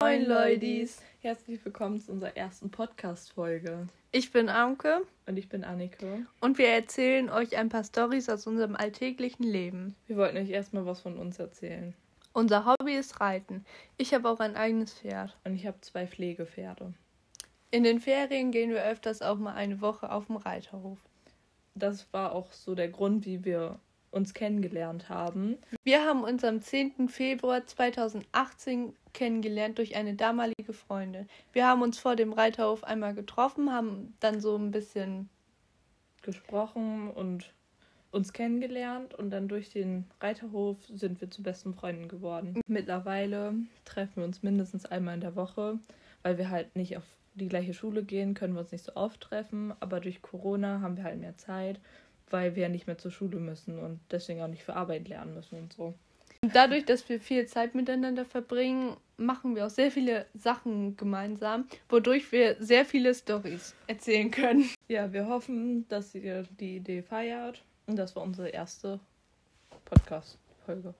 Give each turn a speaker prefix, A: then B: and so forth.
A: Moin Leudis! Herzlich willkommen zu unserer ersten Podcast-Folge.
B: Ich bin Amke
A: Und ich bin Annike.
B: und wir erzählen euch ein paar Stories aus unserem alltäglichen Leben.
A: Wir wollten euch erstmal was von uns erzählen.
B: Unser Hobby ist Reiten. Ich habe auch ein eigenes Pferd.
A: Und ich habe zwei Pflegepferde.
B: In den Ferien gehen wir öfters auch mal eine Woche auf dem Reiterhof.
A: Das war auch so der Grund, wie wir uns kennengelernt haben.
B: Wir haben uns am 10. Februar 2018 kennengelernt durch eine damalige Freundin. Wir haben uns vor dem Reiterhof einmal getroffen, haben dann so ein bisschen
A: Gesprochen und uns kennengelernt und dann durch den Reiterhof sind wir zu besten Freunden geworden. Mittlerweile treffen wir uns mindestens einmal in der Woche, weil wir halt nicht auf die gleiche Schule gehen, können wir uns nicht so oft treffen, aber durch Corona haben wir halt mehr Zeit, weil wir ja nicht mehr zur Schule müssen und deswegen auch nicht für Arbeit lernen müssen und so.
B: Dadurch, dass wir viel Zeit miteinander verbringen, machen wir auch sehr viele Sachen gemeinsam, wodurch wir sehr viele Stories erzählen können.
A: Ja, wir hoffen, dass ihr die Idee feiert und das war unsere erste Podcast-Folge.